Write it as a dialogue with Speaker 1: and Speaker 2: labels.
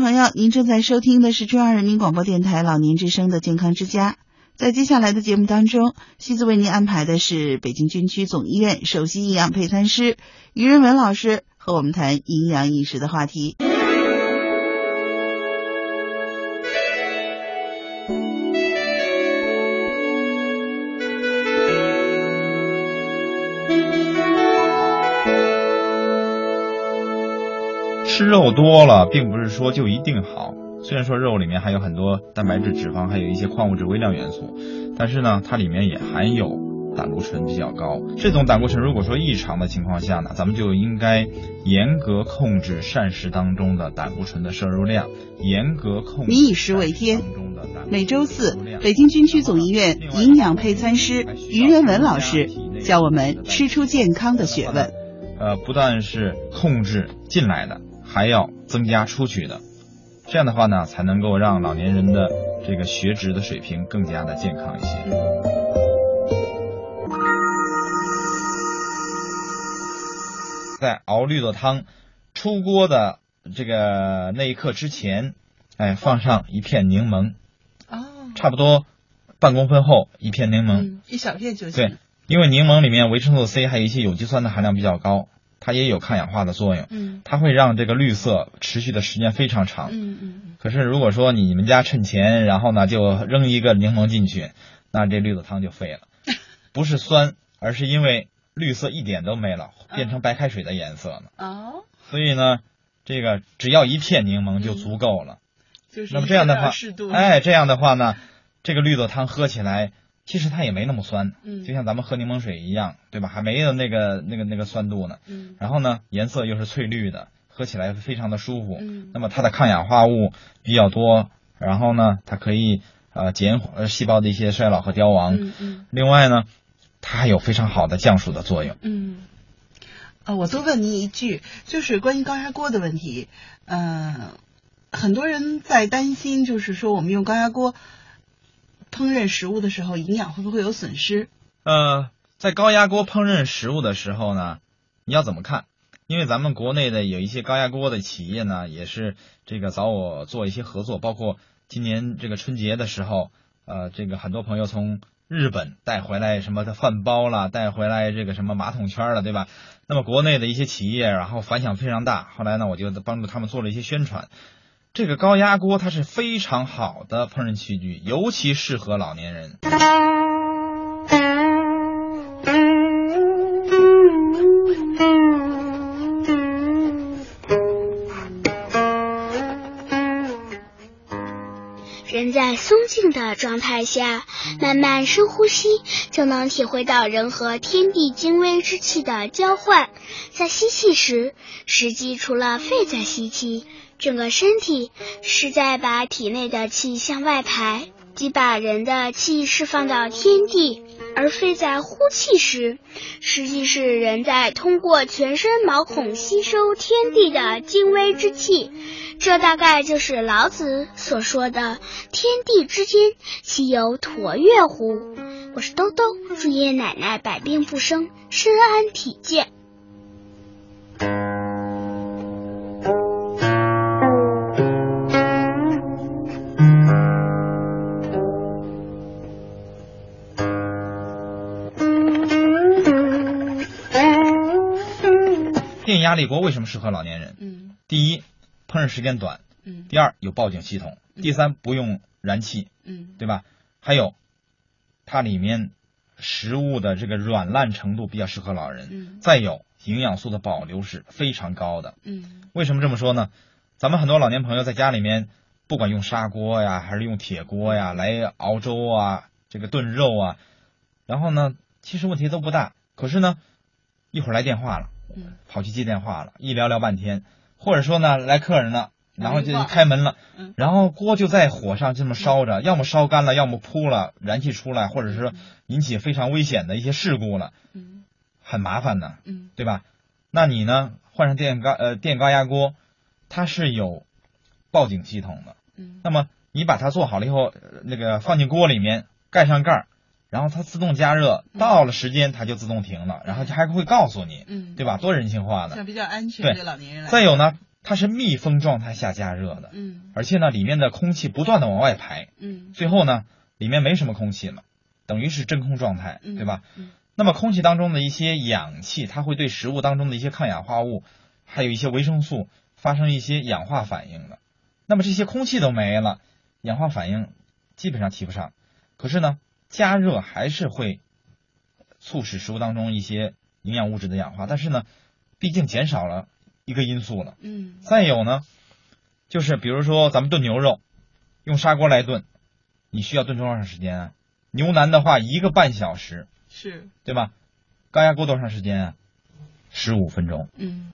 Speaker 1: 朋友，您正在收听的是中央人民广播电台老年之声的《健康之家》。在接下来的节目当中，西子为您安排的是北京军区总医院首席营养配餐师于仁文老师和我们谈营养饮食的话题。
Speaker 2: 吃肉多了，并不是说就一定好。虽然说肉里面含有很多蛋白质、脂肪，还有一些矿物质、微量元素，但是呢，它里面也含有胆固醇比较高。这种胆固醇如果说异常的情况下呢，咱们就应该严格控制膳食当中的胆固醇的摄入量，严格控制。
Speaker 1: 民以食为天
Speaker 2: 当中的胆固醇
Speaker 1: 每周
Speaker 2: 摄
Speaker 1: 四
Speaker 2: 入量，
Speaker 1: 北京军区总医院
Speaker 2: 另外
Speaker 1: 营养配餐师于仁文老师教我们吃出健康的学问。
Speaker 2: 呃，不但是控制进来的，还要增加出去的。这样的话呢，才能够让老年人的这个血脂的水平更加的健康一些。在熬绿豆汤出锅的这个那一刻之前，哎，放上一片柠檬，
Speaker 3: 哦，
Speaker 2: 差不多半公分厚一片柠檬，
Speaker 3: 嗯，一小片就行。
Speaker 2: 对，因为柠檬里面维生素 C 还有一些有机酸的含量比较高，它也有抗氧化的作用，
Speaker 3: 嗯
Speaker 2: 它会让这个绿色持续的时间非常长。
Speaker 3: 嗯嗯
Speaker 2: 可是如果说你们家趁钱，然后呢就扔一个柠檬进去，那这绿豆汤就 废了，不是酸，而是因为绿色一点都没了，变成白开水的颜色了。
Speaker 3: 嗯，哦，
Speaker 2: 所以呢，这个只要一片柠檬就足够了。
Speaker 3: 就是
Speaker 2: 那么这样的话
Speaker 3: 适度，，
Speaker 2: 哎，这样的话呢，这个绿豆汤喝起来其实它也没那么酸。
Speaker 3: 嗯，
Speaker 2: 就像咱们喝柠檬水一样，对吧？还没有那个那个那个酸度呢。
Speaker 3: 嗯
Speaker 2: 然后呢，颜色又是翠绿的，喝起来非常的舒服。
Speaker 3: 嗯
Speaker 2: 那么它的抗氧化物比较多，然后呢，它可以呃减呃细胞的一些衰老和凋亡。
Speaker 3: 嗯嗯
Speaker 2: 另外呢，它还有非常好的降暑的作用。
Speaker 3: 嗯。啊，我多问您一句，就是关于高压锅的问题。呃，很多人在担心，就是说我们用高压锅烹饪食物的时候，营养会不会有损失？
Speaker 2: 呃，在高压锅烹饪食物的时候呢，你要怎么看？因为咱们国内的有一些高压锅的企业呢，也是这个找我做一些合作，包括今年这个春节的时候，呃，这个很多朋友从日本带回来什么的饭包啦，带回来这个什么马桶圈了，对吧？那么国内的一些企业，然后反响非常大。后来呢，我就帮助他们做了一些宣传。这个高压锅它是非常好的烹饪器具，尤其适合老年人。
Speaker 4: 人在松静的状态下，慢慢深呼吸，就能体会到人和天地精微之气的交换。在吸气时，实际除了肺在吸气，整个身体是在把体内的气向外排，即把人的气释放到天地；而肺在呼气时，实际是人在通过全身毛孔吸收天地的精微之气。这大概就是老子所说的“天地之间，其有橐越乎”。我是兜兜，祝爷爷奶奶百病不生，身安体健。
Speaker 2: 电压力锅为什么适合老年人？
Speaker 3: 嗯
Speaker 2: 第一，烹饪时间短；
Speaker 3: 嗯
Speaker 2: 第二，有报警系统；第三，不用燃气，
Speaker 3: 嗯
Speaker 2: 对吧？还有，它里面食物的这个软烂程度比较适合老人。
Speaker 3: 嗯
Speaker 2: 再有，营养素的保留是非常高的。
Speaker 3: 嗯
Speaker 2: 为什么这么说呢？咱们很多老年朋友在家里面，不管用砂锅呀，还是用铁锅呀，来熬粥啊，这个炖肉啊，然后呢，其实问题都不大。可是呢，一会儿来电话了，
Speaker 3: 嗯
Speaker 2: 跑去接电话了，一聊聊半天，或者说呢，来客人了。然后就
Speaker 3: 打电话
Speaker 2: 开门了
Speaker 3: 嗯，
Speaker 2: 然后锅就在火上这么烧着，要么烧干了，要么扑了，燃气出来，或者是引起非常危险的一些事故了，
Speaker 3: 嗯
Speaker 2: 很麻烦的。
Speaker 3: 嗯
Speaker 2: 对吧？那你呢？换上电高呃电高压锅，它是有报警系统的。
Speaker 3: 嗯
Speaker 2: 那么你把它做好了以后，呃那个放进锅里面，盖上盖儿，然后它自动加热，
Speaker 3: 嗯
Speaker 2: 到了时间它就自动停了，然后它还会告诉你，
Speaker 3: 嗯，
Speaker 2: 对吧？多人性化的。
Speaker 3: 像比较安全
Speaker 2: 对
Speaker 3: 对老年人来
Speaker 2: 再
Speaker 3: 说，
Speaker 2: 有呢，它是密封状态下加热的，
Speaker 3: 嗯
Speaker 2: 而且呢，里面的空气不断的往外排，
Speaker 3: 嗯
Speaker 2: 最后呢，里面没什么空气了，等于是真空状态，
Speaker 3: 嗯，
Speaker 2: 对吧？
Speaker 3: 嗯？
Speaker 2: 那么空气当中的一些氧气，它会对食物当中的一些抗氧化物，还有一些维生素发生一些氧化反应的。那么这些空气都没了，氧化反应基本上提不上。可是呢，加热还是会促使食物当中一些营养物质的氧化，但是呢，毕竟减少了一个因素了。
Speaker 3: 嗯
Speaker 2: 再有呢，就是比如说咱们炖牛肉，用砂锅来炖，你需要炖多长时间啊？牛腩的话，一个半小时。
Speaker 3: 是
Speaker 2: 对吧？高压锅多长时间啊？十五分钟。
Speaker 3: 嗯。